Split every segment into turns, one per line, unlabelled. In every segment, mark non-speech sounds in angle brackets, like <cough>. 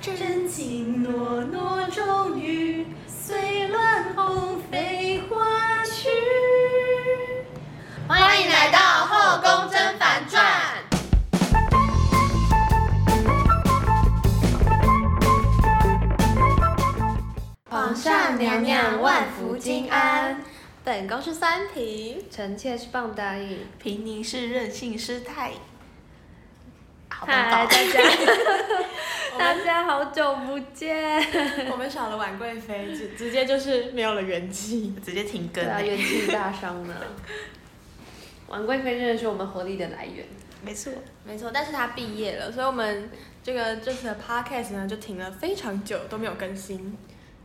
真情诺诺终于随乱红飞花去。
欢迎来到《后宫甄嬛传》。皇上娘娘万福金安。
本宫是三嫔，
臣妾是棒答应。
嫔宁是任性失态。好
嗨，大
棒
<laughs> 家，大
棒！
家好久不见。
我们少了婉贵妃，直直接就是没有了元气。
直接停更
对啊，
欸
元气大伤呢。婉贵妃真的是我们活力的来源。
没错，
没错，但是她毕业了，所以我们这个这次的 podcast 呢就停了非常久，都没有更新。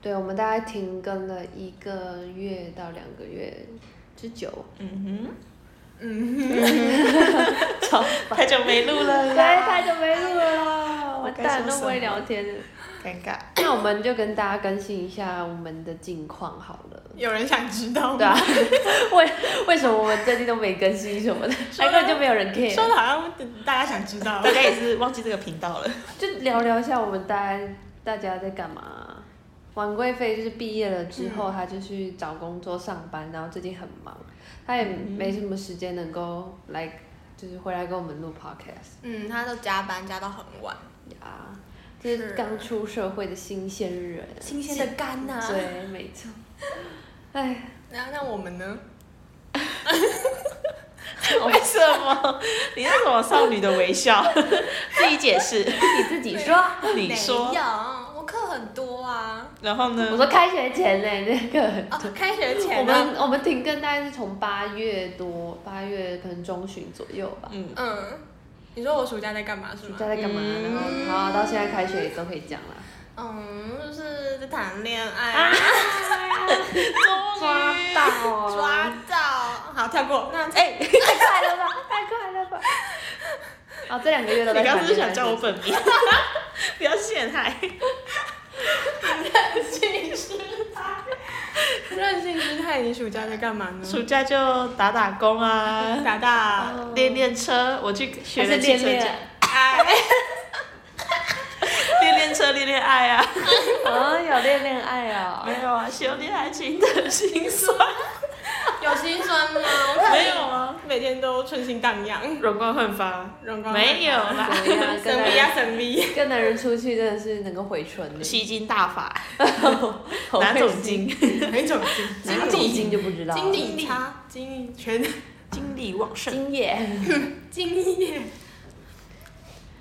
对，我们大概停更了一个月到两个月之 <laughs> 久，
嗯
嗯，
超
哼，太久没录了 <laughs>
对，啊
啦，
太久没录了 <laughs> 啦，
我
完
该
蛋
说
都不会
什么
聊天了。
尴尬。
那我们就跟大家更新一下我们的近况好 <laughs> 了。
有人想知道
对
吗？
啊， <laughs> 为为什么我们最近都没更新什么的，
说
根
得
本就没有人 care。
说的好像大家想知道
大。家也是忘记这个频
<laughs>
道了。
就聊聊一下我们大概大家在干嘛。婉贵妃就是毕业了之后，她就去找工作上班，然后最近很忙，她也没什么时间能够来，就是回来跟我们录 podcast
嗯，她都加班加到很晚，
呀。这是
是
刚出社会的新鲜人，
新鲜的肝呐、
对，没错。哎，
那那我们呢？
为什么？你那种少女的微
<laughs>
笑，自己解释。
你自己说。
你
没
说，
有，我课很多啊。
然后
我
呢？
说开学前呢、 <laughs> 那个。
哦，开学
我
前呢？
们我们停更大概是从八月多，八月可能中旬左右吧。
嗯，
嗯，你说我暑假在干嘛是
暑
吗？
假在干嘛？然后好啊、到现在开学也都可以讲了。
嗯，就是在谈恋爱。
啊
终于
到
抓到，好跳过。那
哎，
太快了吧，太快了吧！哦，这两个月都在
你刚
谈
刚是
恋爱。
不是想叫我本名？ <laughs>
<laughs>
不要陷害。
任性之态，你暑假在干嘛呢？
暑假就打打工啊，
打打
哦
练练车。我去学
还
了
是
汽
恋
车
恋
驾，？哎，练练车，练练爱
<laughs>
啊。
哦，有恋恋爱哦。
<laughs> 没有啊，修炼爱情的心酸。
有心酸吗？我看
没有啊，
每天都春心荡漾，
容光焕发。
荣光
没有啦，
怎么样？跟男
神逼啊
人
神逼，
跟男人出去真的是能够回春的。
吸金大法，
好
哪
会
种
吸？
金？
哪种
哪种金就不知道了。
经理差，经理全
精力旺盛。
金也
经理。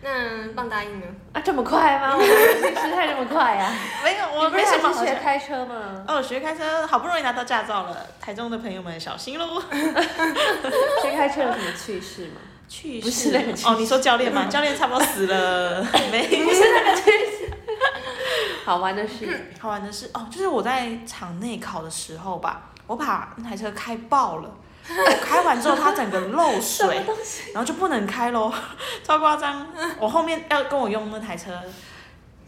那棒答应呢？
啊，这么快
<laughs>
吗？我们新师太这么快呀？
没有，
你
我
不是
没什么
还
好
是学
讲。
开车吗？
哦，学开车好不容易拿到驾照了，台中的朋友们小心喽！
学开车有什么趣事吗？
去
不
世
是那个去
哦，你说教练吗？教练差不多死了，
<laughs>
没。
好玩的事，
好玩的是哦，就是我在场内考的时候吧，我把那台车开爆
<laughs>
了，我开完之后它整个漏
什么
水，
东西？
然后就不能开喽， <laughs> 超夸张！我后面要跟我用那台车，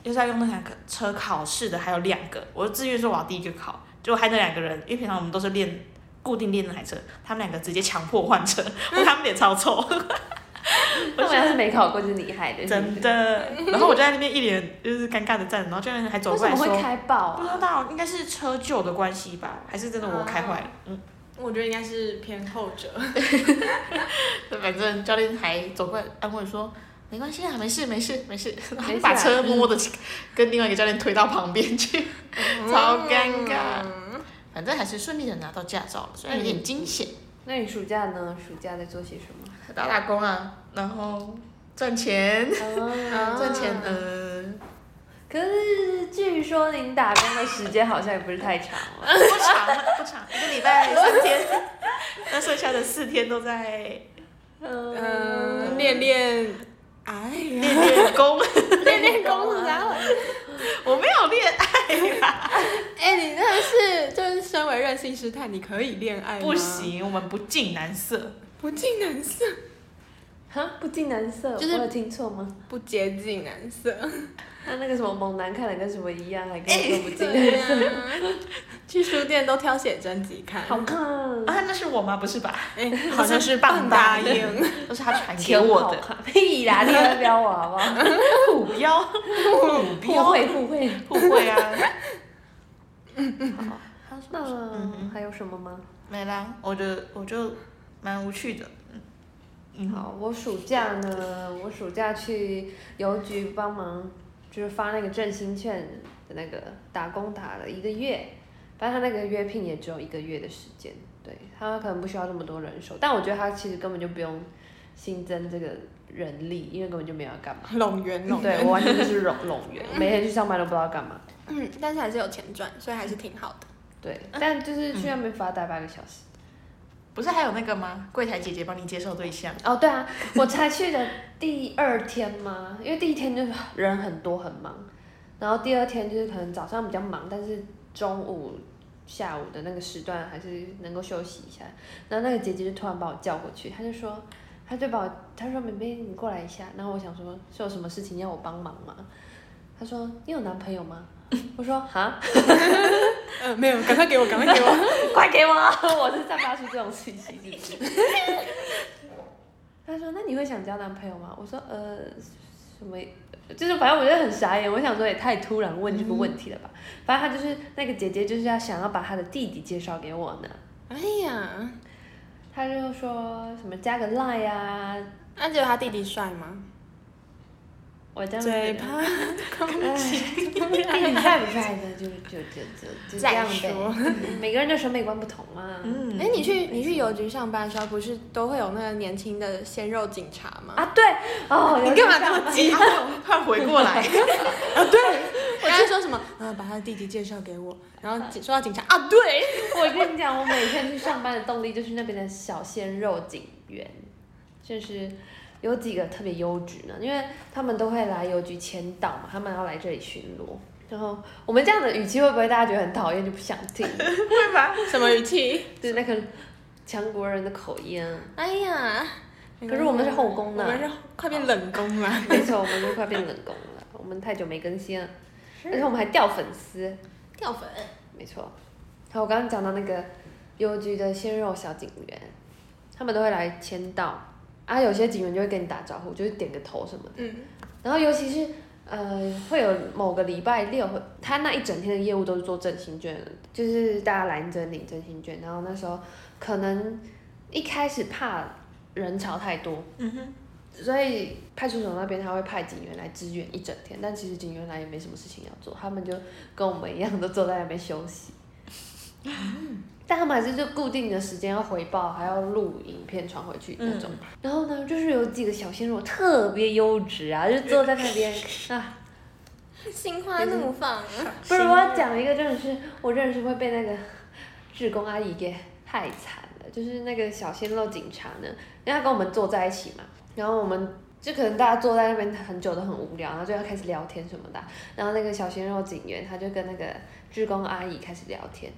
就是要用那台车考试的还有两个，我自愿说我要第一个考，结果还有那两个人，因为平常我们都是练固定练那台车，他们两个直接强迫换
<laughs>
车，我他们脸超臭，
那我要是没考过，就是你害的。
嗯真的。然后我就在那边一脸就是尴尬的站着，然后教练还走
为
过
什
来
么
说
会。开爆
不
啊？
知道，应该是车旧的关系吧，还是真的我开坏了？嗯，
我觉得应该是偏后者。
反正教练还嗯走过来安慰说：“没关系啊，没事没事没事。” <laughs> 然后
没事啊
把车默默的跟另外一个教练推到旁边去，超尴尬。
嗯
反正还是顺利的拿到驾照了，虽然有点惊险。
那你暑假呢？暑假在做些什么？
打打工啊，然后赚钱，
啊
赚钱呃，
可是据说您打工的时间好像也不是太长了。
不长啊不长，一个礼拜三 <laughs> 天，那剩下的四天都在
嗯，
嗯，
练练，哎呀，
练练啊功。
练练功
啊
是啥？
<laughs> 我没有练
哎、你真的是，就是身为任性师太，你可以恋爱吗
不，行，我们不近男色。
不近男色。哈，
不近男色，
就是
我有听错吗？
不接近男色。
那那个什么猛男看了跟什么一样，还跟
哎
我说不
<laughs>
近
对
男
呀、
色，
去书店都挑写真集看。
好看，
啊，那是我吗？不是吧？ <laughs>
哎，
好像是棒
答
打
应。
<laughs> 都是他传给我
好
的。
看，屁啦，你在撩我好不好？
<laughs> 虎标，虎
互
标，
惠互惠。
互惠啊。嗯
那还有什么吗？
没啦，我觉得我就蛮无趣的。嗯，嗯，
好，我暑假呢，我暑假去邮局帮忙，就是发那个振兴券的那个打工打了一个月，但他那个约聘也只有一个月的时间，对他可能不需要这么多人手，但我觉得他其实根本就不用新增这个人力，因为根本就没有要干嘛。
拢圆拢
对
圆。
我完全就是拢拢员，我每天去上班都不知道干嘛。
嗯，但是还是有钱赚，所以还是挺好的。
对，但就是去那边罚待八个小时。
不是还有那个吗？柜台姐姐帮你介绍对象。
哦，对啊，我才去的第二天嘛，因为第一天就是人很多很忙，然后第二天就是可能早上比较忙，但是中午、下午的那个时段还是能够休息一下。然后那个姐姐就突然把我叫过去，她就说，她就把我，她说妹妹你过来一下。然后我想说是有什么事情要我帮忙吗？她说你有男朋友吗？我说哈，
嗯，没有，赶快给我，赶快给我。
<laughs> 快给我！
<laughs>
<laughs> 我是散发出这种信息力。
<laughs>
他说：“那你会想交男朋友吗？”我说：“呃，什么？就是反正我觉得很傻眼。我想说也太突然问这个问题了
嗯
吧。反正他就是那个姐姐，就是要想要把她的弟弟介绍给我呢。
<laughs> 哎呀，
他就说什么加个 line 啊，
那只有他弟弟帅吗？
我这样
嘴
<laughs> 子。
巴
弟弟帅不帅呢？就就就就就这样
再
呗嗯
说。
每个人的审美观不同嘛。
嗯
哎、你去你去邮局上班的时候，不是都会有那个年轻的鲜肉警察吗？
啊，对哦，有
你干嘛
印象
这么急？
快回过来，
我刚才说什么？呃，把他的弟弟介绍给我，然后警说到警察啊，对，
<laughs>
<laughs>
我跟你讲，我每天去上班的动力就是那边的小鲜肉警员，就是有几个特别优质呢，因为他们都会来邮局签到嘛，他们要来这里巡逻。然后我们这样的语气会不会大家觉得很讨厌就不想听？
对吧？
什么语气？
就是那个强国人的口音啊。
哎呀，
可是我们是后宫呢
哎我们是啊快变冷宫了。 <laughs>
没错，我们就快变冷宫了，我们太久没更新了，而且我们还掉粉丝。
掉粉，
没错。好，我刚刚讲到那个邮局的鲜肉小警员，他们都会来签到啊，有些警员就会跟你打招呼，就是点个头什么的。
嗯，
然后尤其是呃，会有某个礼拜六，他那一整天的业务都是做振兴券的，就是大家来这里领振兴券。然后那时候可能一开始怕人潮太多，
嗯哼，
所以派出所那边他会派警员来支援一整天，但其实警员来也没什么事情要做，他们就跟我们一样都坐在那边休息。
嗯
但他们还是就固定的时间要回报，还要录影片传回去那
嗯
种。然后呢，就是有几个小鲜肉特别优质啊，就坐在那边啊。
<laughs> 心花怒放。啊
不是，我要讲一个真的是，我真的是会被那个 <laughs> 志工阿姨给害惨了。就是那个小鲜肉警察呢，因为他跟我们坐在一起嘛，然后我们就可能大家坐在那边很久都很无聊，然后就要开始聊天什么的。然后那个小鲜肉警员他就跟那个志工阿姨开始聊天，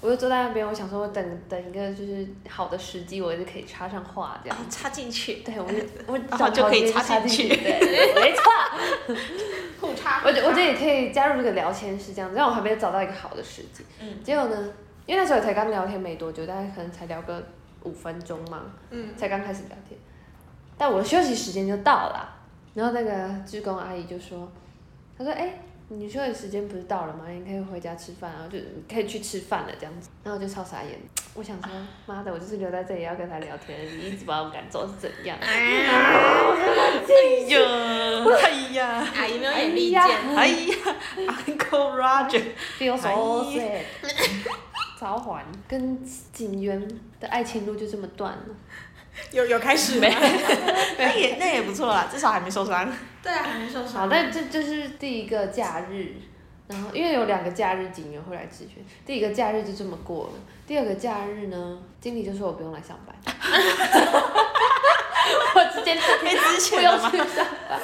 我就坐在那边，我想说我等等一个就是好的时机，我就可以插上话这样。
插进
<laughs>
去，
对，我就
<laughs>
我
然
找
后就可以
时间
插进
去，
去
对，没错。
互插
<laughs> 我觉我觉得也可以加入这个聊天室这样子，但我还没有找到一个好的时机。
嗯，
结果呢，因为那时候才刚聊天没多久，大概可能才聊个五分钟嘛，
嗯， <laughs>
才刚开始聊天，但我的休息时间就到了。然后那个志工阿姨就说：“她说，哎、你休息时间不是到了吗？你可以回家吃饭啊，就你可以去吃饭了这样子。”然后我就超傻眼，我想说，妈的，我就是留在这里要跟她聊天，你一直把我赶走是怎样？
哎呀，哎
<laughs>
呀，
阿姨没有
哎
眼力
呀
见，
哎呀，Uncle Roger，
feel so
哎
sad，召唤跟警员的爱情路就这么断了。
有有开始没？
那也那也不错啦，至少还没受伤。
对啊，还没受
好，但这这是第一个假日，然后因为有两个假日警员会来咨询，第一个假日就这么过了。第二个假日呢，经理就说我不用来上班， <laughs> 我直接
被咨
不
询
用
了吗
去？上班。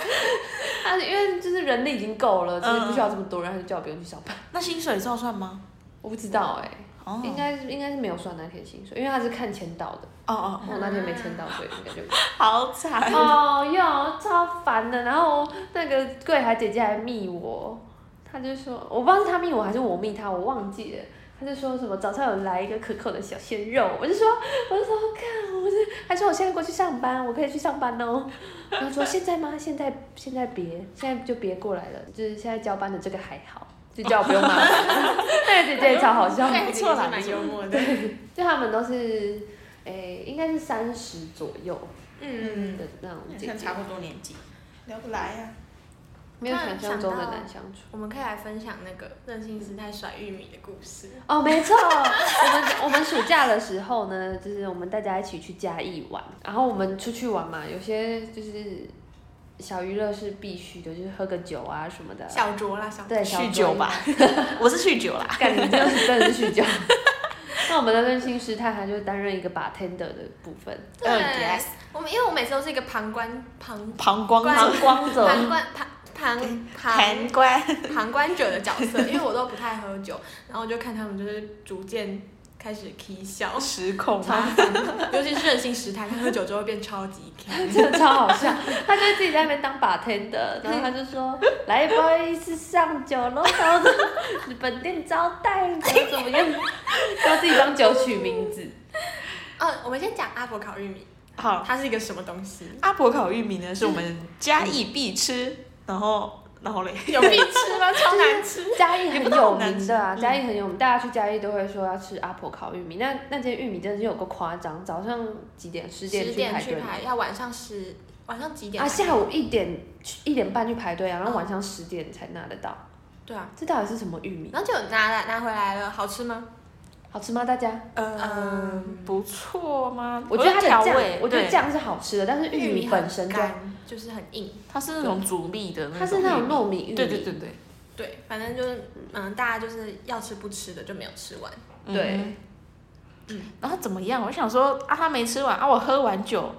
他因为就是人力已经够了，就是不需要这么多人，他就叫我不用去上班。
那薪水照算吗？
我不知道哎、
哦
应该是应该是没有算那天薪水，因为他是看签到的，
哦哦，
我那天没签到，所以应该就没有。
好惨，
啊哦哟，超烦的。然后那个柜台姐姐还密我，她就说，我不知道是她密我还是我密她，我忘记了。她就说什么早上有来一个可口的小鲜肉，我就说， <laughs> 我就说，看，我就，她说我现在过去上班，我可以去上班哦。然后说现在吗？现在现在别，现在就别过来了，就是现在交班的这个还好，就叫我不用麻烦。 <laughs> 那个姐姐也超好笑，
哎
对不错啦
蛮幽默的。
就他们都是，诶、应该是三十左右
嗯，
嗯
的，那种姐
像
姐
差。不多年纪，
聊不来啊呀、
没有想象中的难相处。
我们可以来分享那个任性时代甩玉米的故事。
<laughs> 哦，没错，我们 <laughs> 我们暑假的时候呢，就是我们大家一起去嘉义玩，然后我们出去玩嘛，有些就是小娱乐是必须的，就是喝个酒啊什么的。
小酌啦，小酌。
对，小酌
酗酒
<laughs>
吧， <laughs> 我是酗酒啦，
感觉就是真的是酗酒。 <laughs> 那我们的任性师太，他就担任一个 bartender 的部分，
对呃
嗯，yes
我们因为我每次都是一个旁观旁
膀胱
关
者
膀胱者，
旁观旁旁
膀
旁
胱，
旁观者的角 <laughs> 色，因为我都不太喝酒，然后我就看他们就是逐渐开始 k 笑。
失控
超烦尤其是任性时态，他喝酒之后变超级 <laughs> K。
<laughs> 真的超好笑。他就自己在那边当 bartender，然后他就说：“来，不好意思，上酒楼， <laughs> 然后说本店招待，然后怎么样？”他自己帮酒取名字。
嗯，我们先讲阿伯烤玉米，
好，
它是一个什么东西？
阿婆烤玉米呢是我们嘉义必吃，然后然后嘞，
<laughs> 有必吃吗？超难吃。
嘉义很有名的啊，
也不知道很难吃
嘉义很有名，大家去嘉义都会说要吃阿婆烤玉米。那那间玉米真的是有个夸张，早上几点？十点
十
去
点
排
去
队
排，要晚上十晚上几点
啊，下午一点去一点半去排队啊，然后晚上十点才拿得到。
对啊，
这到底是什么玉米？
然后就拿来拿回来了，好吃吗？
好吃吗？大家？
嗯，不错吗？
我觉得它的
调
酱
味，，
我觉得
对，
酱是好吃的，但是玉米
很
本身就
干，就是很硬。
它是那种煮粒的，
它是那种糯米玉米，
对对对对
对，反正就是嗯，大家就是要吃不吃的就没有吃完。
对
嗯
<laughs>
嗯
然后怎么样？我想说啊，他没吃完啊，我喝完酒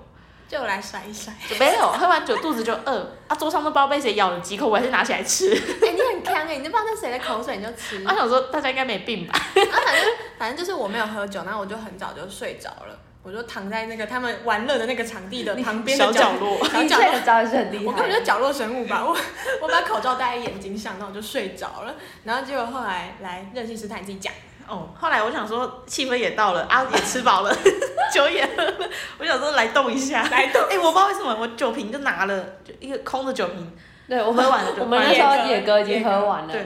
就来甩一甩。
就没有，喝完酒肚子就饿啊，桌上都不知道被谁咬了几口，我还是拿起来吃。
哎、你很坑哎、你都不知道那谁的口水你就吃。
<laughs> 我想说大家应该没病吧？
然后反正反正就是我没有喝酒，然后我就很早就睡着了，我就躺在那个他们玩乐的那个场地的旁边的
小角落，
小
你
角
睡
落。
得着也是很厉
我根本
害。
就角落生物吧，我我把口罩戴在眼睛上，然后我就睡着了。然后结果后来来任性试探，你自己讲，
哦，后来我想说气氛也到了啊，也吃饱了， <laughs> 酒也喝了，我想说来动一下，来动。哎、我不知道为什么我酒瓶就拿了，就一个空的酒瓶，
对，我们
喝完了就
我们那时候
野
野
哥
哥已经喝完了
对，，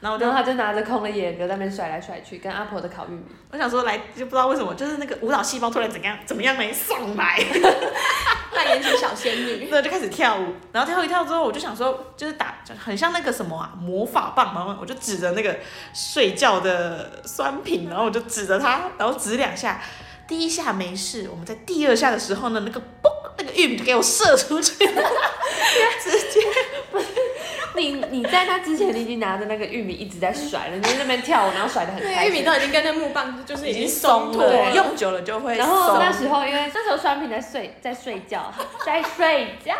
然后我就
然后他就拿着空的野哥在那边甩来甩去，跟阿婆的烤玉米。
我想说来，就不知道为什么，就是那个舞蹈细胞突然怎样怎么样没上来，
扮演起小仙女，
那就开始跳舞，然后跳一跳之后，我就想说，就是打就很像那个什么啊魔法棒嘛，我就指着那个睡觉的酸瓶，然后我就指着它，然后指两下，第一下没事，我们在第二下的时候呢，那个嘣，那个玉米就给我射出去了，直接
你你在那之前，你已经拿着那个玉米一直在甩了，你在那边跳舞，然后甩的很
那
开
个玉米
心。
都已经跟那木棒就是已经
松
松脱
对
了，
了，
用久了就会
然后那
松
时候因为那时候酸平在睡在睡觉，在睡觉，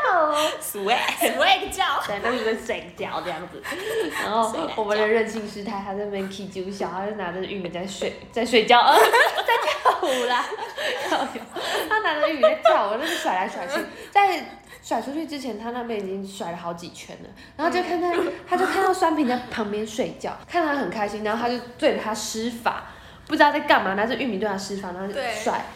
，sweat，
睡觉。
在那边睡觉这样子。 <laughs> 然后我们的任性师太他在那边 K 啾笑，他就拿着玉米在睡 <laughs> 在睡觉，呃、在跳舞啦，跳舞。 <laughs> 他拿着玉米在跳舞，那个甩来甩去，在甩出去之前，他那边已经甩了好几圈了。然后就看他，他就看到酸平在旁边睡觉，看他很开心，然后他就对着他施法。不知道在干嘛，拿着玉米对他施法，然后就
对
甩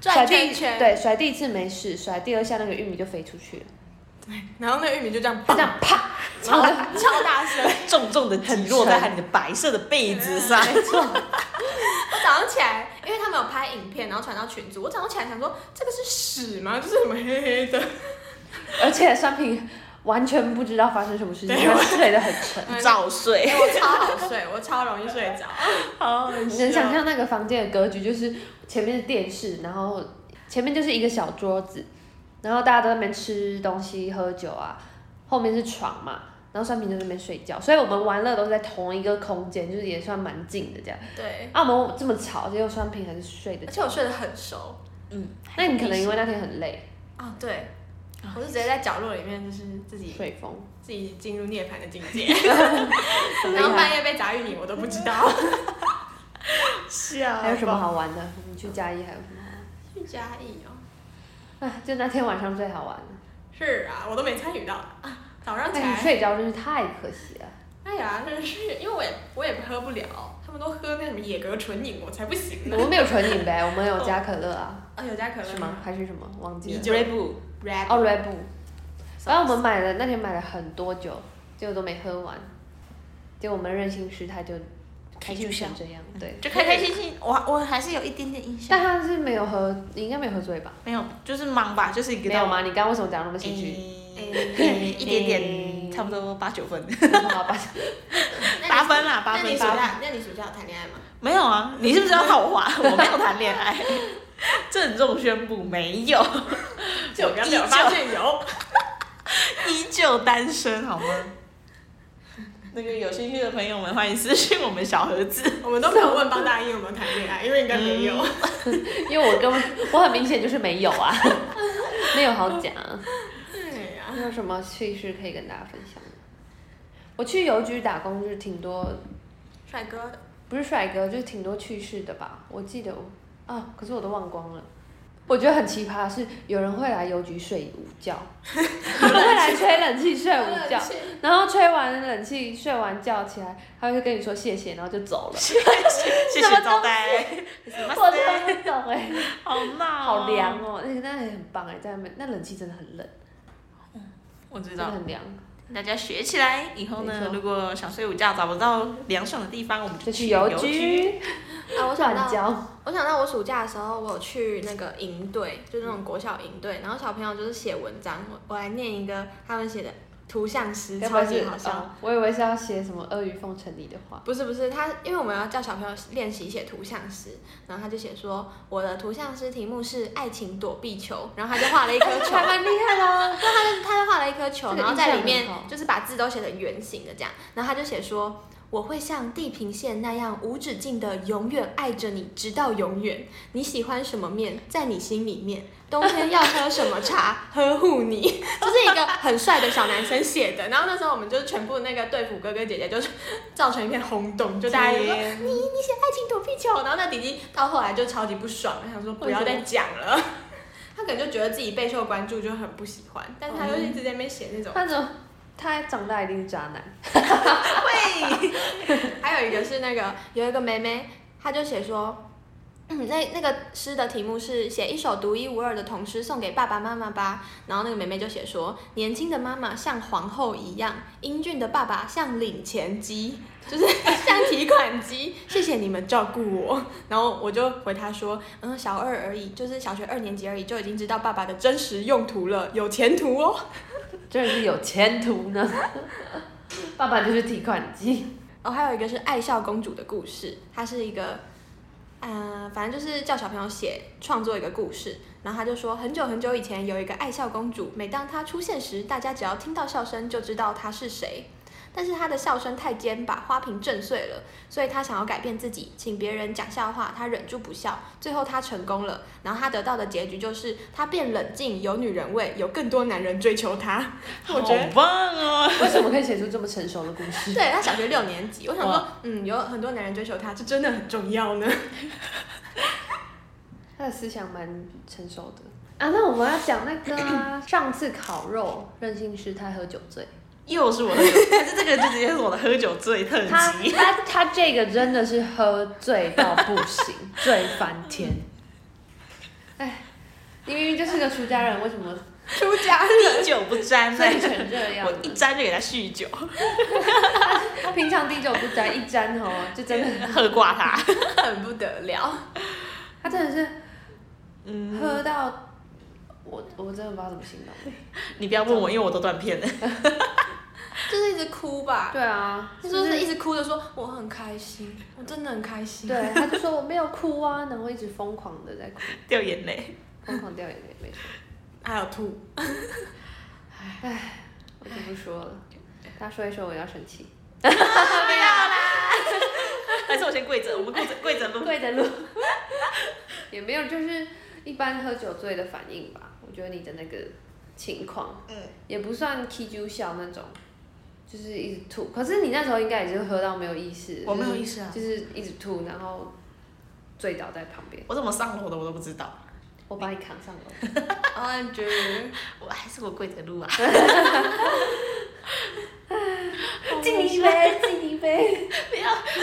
甩
转
第
圈
一
圈，，
对甩第一次没事，甩第二下那个玉米就飞出去了，
然后那个玉米就这样
就
砰
这样啪，然后就
超大声，
重重的击落在他你的白色的被子上，
没错，
<laughs> 我早上起来，因为他们有拍影片，然后传到群组。我早上起来想说，这个是屎吗？就是什么黑黑的，
<laughs> 而且酸平完全不知道发生什么事情，他睡得很
<laughs>
沉。
照睡，
我超好睡，我超容易睡着。
好好
你能想象那个房间的格局，就是啊前面是电视，然后前面就是一个小桌子，然后大家都在那边吃东西、喝酒啊，后面是床嘛，然后酸平就在那边睡觉，所以我们玩乐都是在同一个空间，就是也算蛮近的这样。
对，
啊，我们这么吵，结果酸平还是睡得
而
着。
且 <laughs> 我睡得很熟
嗯，
那你可能因为那天很累，
啊、对，我是直接在角落里面，就是自己
睡风，
自己进入 <laughs> 涅槃的境界，
很厉
然后
害
半夜被炸玉米，我都不知道。
笑。
还有什么？好玩的？你去嘉义还有什么好玩
去嘉义哦。
的？哎，就那天晚上最好玩了。
是啊，我都没参与到啊。早上起
但是
来，
睡着真是太可惜了。
哎呀，真是因为我也我也喝不了，他们都喝那什么野格纯饮，我才不行呢
我。们没有纯饮呗，我们有加可乐啊，
啊，有加可乐
是吗？？还是什么？忘记
你
了。
就 r e
？Red
哦，Red Bull。反正我们买了那天买了很多酒，结果都没喝完，结果我们任性失态就开心成这样。对，
就开开心心。我我还是有一点点印象
但，他是没有喝，你应该没有喝醉吧？
没有，就是忙吧，就是一个
没
到
有哎吗？你刚刚为什么讲那么心虚？
诶一点点，
嗯
差不多八九分，
好吧，
八分啦，八
那你
分
暑
八分。
假，那你暑假有谈恋爱吗？
没有啊，你是不是要套
<laughs>
我啊？我没有谈恋爱，郑重宣布没有，
<laughs> 就不要
依
表
旧
发现有。
依旧单身，好吗？那个有兴趣的朋友们，欢迎私信我们小盒
<laughs>
子。
我们都没有问帮大英有没有谈恋爱，因为应该没有。
嗯
因为我根本我很明显就是没有啊， <laughs> 没有好讲。
<laughs>
啊
对呀、
还有什么趣事可以跟大家分享的？我去邮局打工就是挺多，
帅哥的
不是帅哥，就是挺多趣事的吧？我记得我啊，可是我都忘光了。我觉得很奇葩的是，有人会来邮局睡午觉，有人会来吹冷气
哎
睡午
<laughs>
觉，
啊
然后吹完冷气睡完觉起来，他会跟你说谢谢，然后就走了。
谢谢招待，
我真的不懂哎、
好闹，啊
好凉。哦，那个那也很棒哎、在外面那冷气真的很冷，
我知
真的
道，
很凉，
大家学起来以后
嗯没
呢，
错
如果想睡午觉找不到凉爽的地方，我们
就去
去
邮
局。
局
啊，我
转
想到，
交。
<laughs> 我想到我暑假的时候，我有去那个营队，就那种国小营队，然后小朋友就是写文章，我我来念一个他们写的图像诗，
该不
超
会
级
是
好笑。
哦我以为是要写什么阿谀奉承你的话，
不是不是，他因为我们要叫小朋友练习写图像诗，然后他就写说我的图像诗题目是爱情躲避球，然后他就画了一颗
<laughs>
球，
还蛮厉害哦啦。
对，他就他就画了一颗球，
这个
然后在里
印
面
象很好
就是把字都写成圆形的这样，然后他就写说。我会像地平线那样无止境的永远爱着你，直到永远。你喜欢什么面，在你心里面。冬天要喝什么茶， <laughs> 呵护你。就是一个很帅的小男生写的。然后那时候我们就是全部那个队服哥哥姐姐就是造成一片轰动，就大家就说
天
你你写爱情躲避球，然后那弟弟到后来就超级不爽，他想说不要再讲了。他可能就觉得自己备受关注就很不喜欢，但是他就一直在那边写那种。
那种他长大一定是渣男，
<laughs> 还有一个是那个有一个妹妹，她就写说，嗯那那个诗的题目是写一首独一无二的童诗送给爸爸妈妈吧。然后那个妹妹就写说，年轻的妈妈像皇后一样，英俊的爸爸像领钱机，就是 <laughs> 像提款机。谢谢你们照顾我。然后我就回她说，嗯，小二而已，就是小学二年级而已，就已经知道爸爸的真实用途了，有前途哦。
真的是有前途 <laughs> 呢。爸爸就是提款机，
哦，还有一个是《爱笑公主的故事》，它是一个，呃，反正就是叫小朋友写创作一个故事。然后他就说，很久很久以前有一个爱笑公主，每当她出现时，大家只要听到笑声就知道她是谁。但是她的笑声太尖，把花瓶震碎了，所以她想要改变自己，请别人讲笑话，她忍住不笑。最后她成功了，然后她得到的结局就是她变冷静，有女人味，有更多男人追求她。 <laughs> 我觉得
好棒哦！
为什么可以写出这么成熟的故事？
对他小学六年级，我想说
哇，
嗯，有很多男人追求他，这真的很重要呢。
他的思想蛮成熟的。啊，那我们要讲那个啊、 <coughs> 上次烤肉任性失态喝酒醉，
又是我的酒，但是这个就直接是我的喝酒醉特
他
辑。
他他这个真的是喝醉到不 <laughs> 行，醉翻天。哎，你明明就是个出家人，为什么
<laughs> 出家
滴酒不沾呢，
醉成这样
我
呢？
一沾就给他酗酒，
平常滴酒不沾，一沾哦，就 <laughs> 真的，
喝挂他。
很不得了，
他真的是
嗯，
喝到，我我真的不知道怎么形容。
你不要问我，因为我都断片了。 <laughs>
就是一直哭吧。
对啊，
他就是一直哭着说我很开心，我真的很开心。
对，他就说我没有哭啊，然后一直疯狂的在哭，
掉眼泪。
疯狂掉眼泪，没错，
还有吐，
我就不说了。他说一说，我要生气。
没有啦，还是我先跪着，我们跪着跪着录。
对的路，也没有，就是一般喝酒醉的反应吧。我觉得你的那个情况，
嗯，
也不算 K 酒笑那种，就是一直吐。可是你那时候应该也是喝到没有意识，
我没有
就是
意识啊
就是一直吐，然后醉倒在旁边，
我怎么上楼的我都不知道，
我把你扛上楼。
Andrew，
<laughs> 我还是我跪着路啊。
敬你一杯，敬你一杯。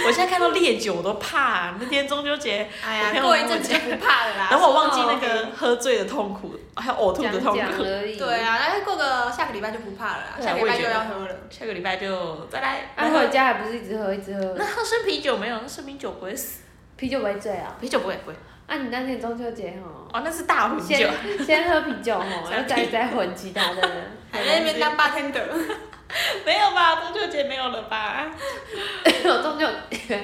我现在看到烈酒我都怕、那天中秋节，我
哎
朋
呀，
友
<laughs> 过一阵子就不怕了啦。
然后我忘记那
说到
个喝醉的痛苦，还有呕吐的痛
讲
苦。
而已。
对啊，那过个下个礼拜就不怕了啦，
对啊
下个礼
我
拜
也
又
觉得
要喝了。
下个礼拜就再来。
啊，
然后
回家还不是一直喝一直喝
那，喝生啤酒没有？那生啤酒不会死，
啤酒不会醉啊。
啤酒不会不会。
啊，你那天中秋节哈，
哦，那是大红酒
先。 <laughs> 先喝啤酒
<laughs>
哈，然后再再混其他的。 <laughs>
还在那边
<laughs>
当 bartender，
没有吧？中秋节没有了吧？
我中秋， <laughs>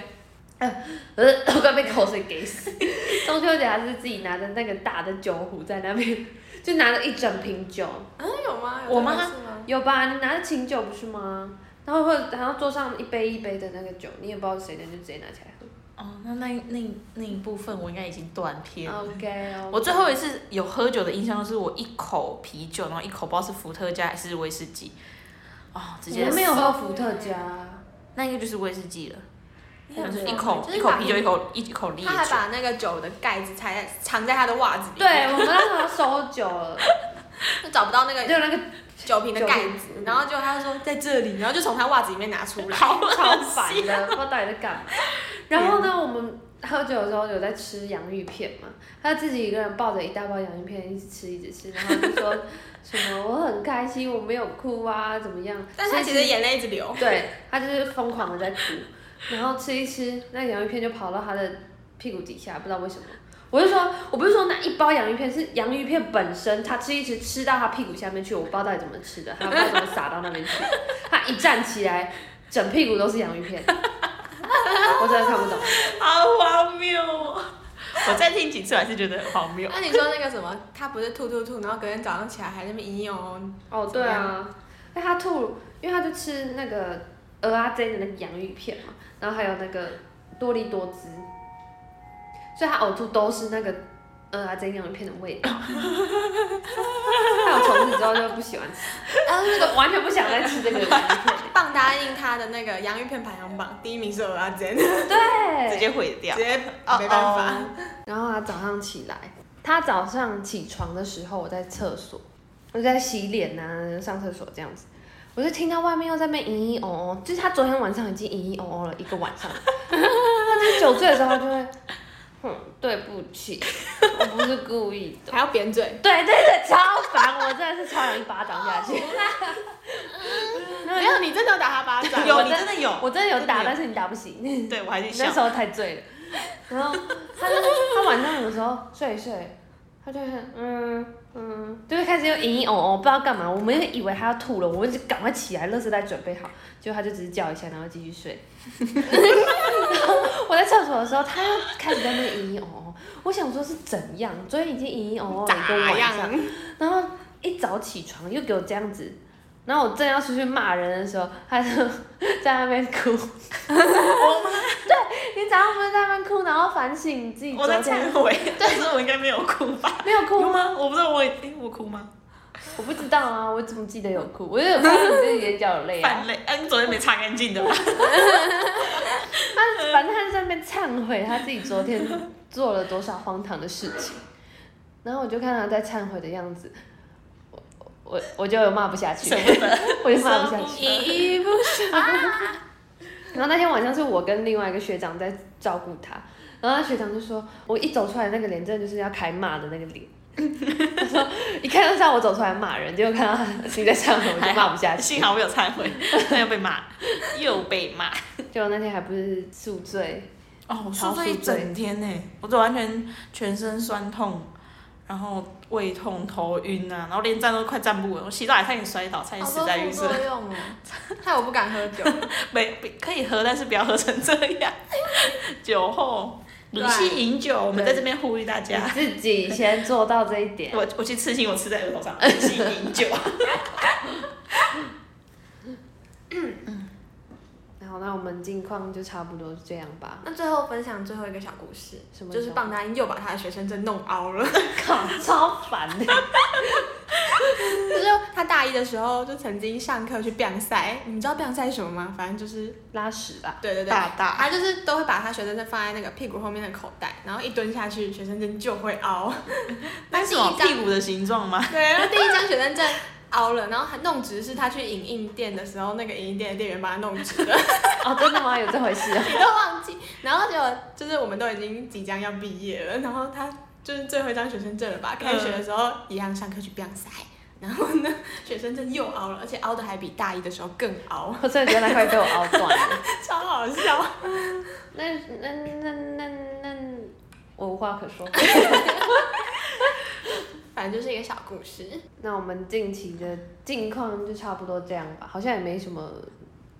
呃，我快被口水给死。 <laughs> 中秋节还是自己拿着那个大的酒壶在那边，就拿着一整瓶酒，
嗯，有吗？
我吗
有这回事吗？
有吧？你拿着琴酒不是吗？然后或者然后桌上一杯一杯的那个酒，你也不知道是谁的，你就直接拿起来喝。
哦，那那那那一部分我应该已经断
哦
片了。
OK，, o
我最后一次有喝酒的印象，就是我一口啤酒，然后一口不知道是伏特加还是威士忌，哦，直接
我
死
没有喝伏特加，
那应该就是威士忌了，
你很
就是
疯
一口
啊就是
一口
把
啤酒，一口一口烈酒
他。还把那个酒的盖子才藏在他的袜子里，
对，我们让他收酒了， <laughs>
就找不到那
就
个
那个
酒瓶的盖
酒
子，然后结果他就说在这里，然后就从他袜子里面拿出来，
好恶
超
心
烦 <laughs> 的，不知道到底在干嘛。然后呢，我们喝酒的时候有在吃洋芋片嘛，他自己一个人抱着一大包洋芋片一直吃一直吃，然后就说什么我很开心，我没有哭啊，怎么样？
但是他其实眼泪一直流，
对他就是疯狂的在哭，然后吃一吃，那洋芋片就跑到他的屁股底下，不知道为什么。我就说，我不是说那一包洋芋片是洋芋片本身，他吃一吃吃到他屁股下面去，我不知道到底怎么吃的，他不知道怎么撒到那边去。他一站起来，整屁股都是洋芋片， <laughs> 我真的看不懂。
好荒谬哦！我再听几次我还是觉得很荒谬。
那你说那个什么，他不是吐吐吐，然后隔天早上起来还在那边吟吟哦，
哦，对啊，哎，他吐，因为他就吃那个鹅阿 J 的那个洋芋片嘛，然后还有那个多利多汁，所以他呕吐都是那个鹅阿 J 洋芋片的味 <laughs> 道。他有从此之后就不喜欢吃，
然后那
这
个
呃个完全不想再吃这个洋芋片。
棒答应他的那个洋芋片排行榜第一名是鹅阿 <laughs> 珍，
直
对，
接毁掉
直，接
哦
没办法。
然后他早上起来，他早上起床的时候，我在厕所，我在洗脸啊，上厕所这样子，我就听到外面又在那边嘤嘤哦哦，就是他昨天晚上已经嘤嘤哦哦了一个晚 <laughs> 上，他在酒醉的时候他就会，哼，对不起，我不是故意的。
还要扁嘴，
对对对，超烦，我真的是超想一巴掌下去。
没有你真的有打他巴掌， <laughs>
有你真的有，
<laughs> 我真的有打，
真的
但是 <laughs> 你打不醒。
对我还是
那
笑
时。候太醉了。然后他就是他晚上有时候睡一睡，他就会嗯嗯，就会开始又隐隐哦哦，不知道干嘛。我们也以为他要吐了，我们就赶快起来，垃圾袋准备好。结果他就只是叫一下，然后继
<laughs>
续睡。然后我在厕所的时候，他又开始在那边隐隐哦哦。我想说是怎样，昨天已经隐隐哦哦了一个
咋
晚
样
上，？然后一早起床又给我这样子，然后我正要出去骂人的时候，他就在那边
<laughs>
哭。我吗？对，你早上不是在那边哭，然后反省你自己
我
昨
在
天
忏悔，
<laughs>
但是我应该没有哭吧？
没有哭
有？吗？我不知道我也诶我哭吗？
我不知道啊，我怎么记得有哭？我就有看到你自己眼角有
<laughs>
泪啊。
泛泪，哎，你昨天没擦干净的吧？
他反正他就在那边忏悔他自己昨天 <laughs> 做了多少荒唐的事情，然后我就看他在忏悔的样子，我我我就骂不下去
舍，不得，
啊 <laughs> 我就骂
<laughs>
不下去。
去。
然后那天晚上是我跟另外一个学长在照顾他，然后那学长就说，我一走出来那个脸，真的就是要开骂的那个脸。 <laughs> 他说一看就知道我走出来骂人，结果看到他你在上面，我就骂不下
<laughs>
去
幸。好我有忏悔，但又被骂，又被骂。
结果那天还不是宿醉，
哦，我
超
宿醉一
宿醉
整天呢，我就完全全身酸痛，然后胃痛、头晕啊，然后连站都快站不稳，我洗澡还差点摔倒，差点
好
死
多
在浴
副
室
作。 <laughs> 用哦，害我不敢喝酒。
没不可以喝，但是不要喝成这样。 <laughs> 酒后理性饮酒，我们在这边呼吁大
你
家。
自己先做到这一点。
我我去刺青，我刺在额头上，理性饮酒。
然后那我们近况就差不多是这样吧。
<laughs> 那最后分享最后一个小故事，
什么
就是棒答应又把他的学生证弄凹了，
靠，超烦的。
就是他大一的时候就曾经上课去变赛，你们知道变赛是什么吗？反正就是
拉屎啦，
对对对，
大大
他就是都会把他学生证放在那个屁股后面的口袋，然后一蹲下去，学生证就会凹。
那是我
第一张
屁股的形状吗？
对，然后第一张学生证凹了，然后还弄直是他去影印店的时候，那个影印店的店员把他弄直的，
哦，真的吗？有这回事啊？
你都忘记。然后结果就是我们都已经即将要毕业了，然后他就是最后一张学生证了吧？开学的时候一样上课去变赛。然后呢，学生证又凹了，而且凹的还比大一的时候更凹，
我真的觉得那块被我凹断了。
超好笑。
那那那那那，我无话可说。
反正就是一个小故事。
那我们近期的近况就差不多这样吧，好像也没什么。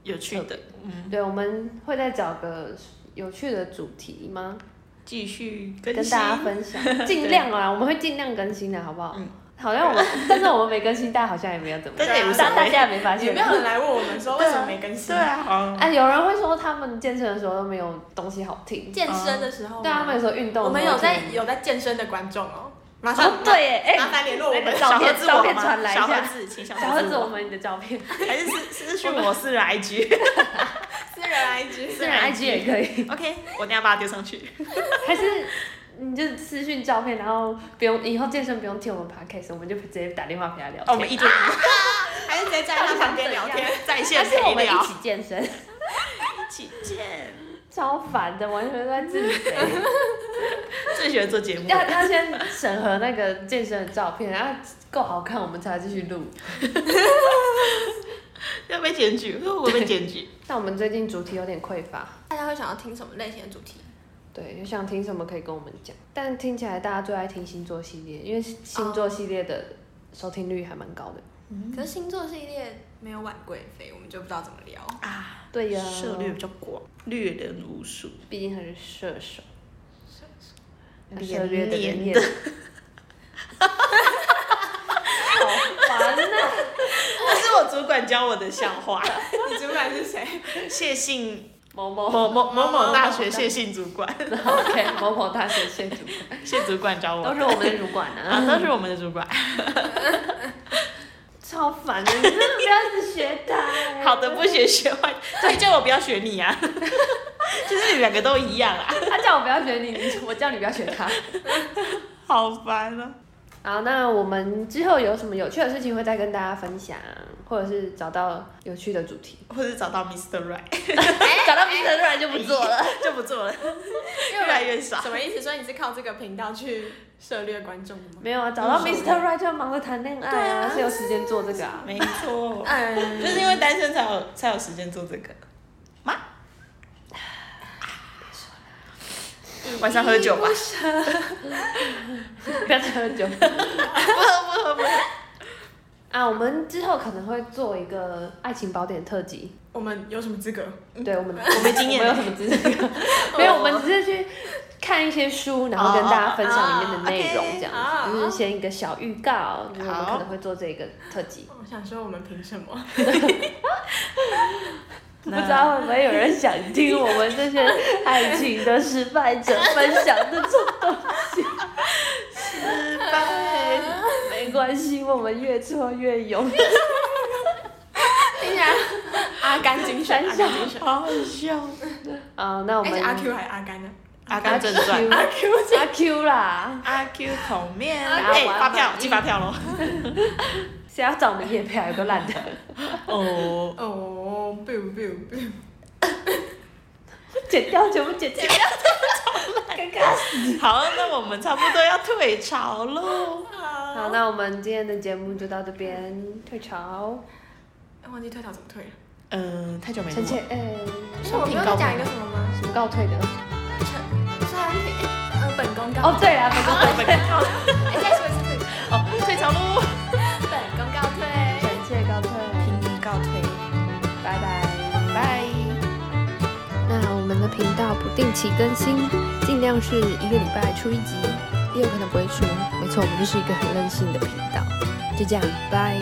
有趣的，嗯，
对，我们会再找个有趣的主题吗？
继续更
跟
新。
大家分享，尽量啊，我们会尽量更新的，好不好？
嗯
好像我们， <laughs> 但是我们没更新，大家好像也没有怎么
但
样，
是也无所
大大
谓。
家也没发
也
现
没。有人来问我们说为什么没更新
对。啊，好，
哎，有人会说他们健身的时候都没有东西好听，
健身的时候吗，
对啊，他们有时候运动
我
的
们
时候
有
会听，
在有在健身的观众哦，马上、
哦，对耶，
麻
哎，
烦联络我
那
们
个。
小
照
盒
片
子
照
我
片
吗
传来一
小盒
下，
子，请小
小盒子我
我，
们你的照片，
还是私 <laughs> 私讯我私人 IG。
私人 IG，
私
私
人 IG
人 IG 也可以，
OK，我等一下把它丢上去。
还是。你就私讯照片，然后不用以后健身不用听我们 podcast，我们就直接打电话陪他聊
哦，我
天。
们一对一
还是直接站在他旁边聊天。
在
还
线
是我
陪
们一
聊，
起健身，
一起见。
超烦的，完全在自己。
最喜欢做节目，
<laughs> 要要先审核那个健身的照片，然后够好看，我们才继续录。
要被检举，我被检 <laughs> 举。
但我们最近主题有点匮乏，
大家会想要听什么类型的主题？
对，有想听什么可以跟我们讲。但听起来大家最爱听星座系列，因为星座系列的收听率还蛮高的。
可是星座系列没有晚贵妃，我们就不知道怎么聊。
啊，
对呀、
涉猎比较广，略人无数。
毕竟还是射手，他
连
涉猎的
连
人也。好烦啊呐、
这是我主管教我的笑话。
你主管是谁？
谢姓
某某
某某某某大学谢姓主管，
OK 某某大学谢主
谢主管教我
管，都
的
是我们的主管
啊，都是我们的主管。
<laughs> 超烦的，你真的不要一直学他、欸
好的不学学坏，所以叫我不要学你啊。 <laughs> 就是你们两个都一样啊，
<laughs> 他叫我不要选你，你我叫你不要选他。
好烦啊！
<laughs> 好，那我们之后有什么有趣的事情会再跟大家分享，或者是找到有趣的主题，
或者找到 Mr. Right
哎找到名字突然就不做了。
<laughs> 就不做了，
越
越来越
<laughs>
少。
什么意思？所以你是靠这个频道去涉猎观众的吗？
<laughs> 没有啊，找到
嗯
Mr. Right 就要忙着谈恋爱啊，是有时间做这个 <laughs> 啊。
没错，
嗯，
就是因为单身才有才有时间做这个。妈，晚上喝酒吧，
不要再喝酒
不喝不喝不喝。
<laughs> 啊！我们之后可能会做一个爱情宝典特辑，
我们有什么资格？
对 <laughs> 我们
我没经验
嗯我们有什么资格？ <laughs> 没有，我们只是去看一些书，然后跟大家分享里面的内容，这样
哦哦哦
子，
，OK，
就是先一个小预告，就是我们
好
可能会做这个特辑。
我想说，我们凭什么？
不知道会不会有人想听我们这些爱情的失败者分享这种东西？
失败，
没关系，我们越挫越勇。
听起 <laughs> 来阿甘精神，阿甘精神。
好好笑。
啊，那我
哎，
们
是阿 Q 还是阿甘呢？
阿
阿
甘
Q
正传，
阿 Q 阿 Q 啦，
阿 Q 烤面，
阿
哎，
完
发
美
票寄发票喽。
谁要找我们叶配啊？有个烂的，
哦，
哦，biu biu biu。
剪掉，全部剪掉，尴尬。
好，那我们差不多要退潮喽。
好
<laughs> 好，那我们今天的节目就到这边，退潮，
哎忘记退潮怎么退了。
嗯，太久没录
臣
了。
妾，哎，
是我
商
没
品
有
告
讲
白
一个什么吗？
什么告退的？
商品，呃，本宫告
哦，对啊，不过
本宫 <laughs> 告
哎，再说一次退潮，
哦，退潮喽，
本宫告退。
臣妾告退，
平民告退，
拜拜。
拜。
那我们的频道不定期更新，尽量是一个礼拜出一集，也有可能不会出。没错，我们就是一个很任性的频道。就这样，拜。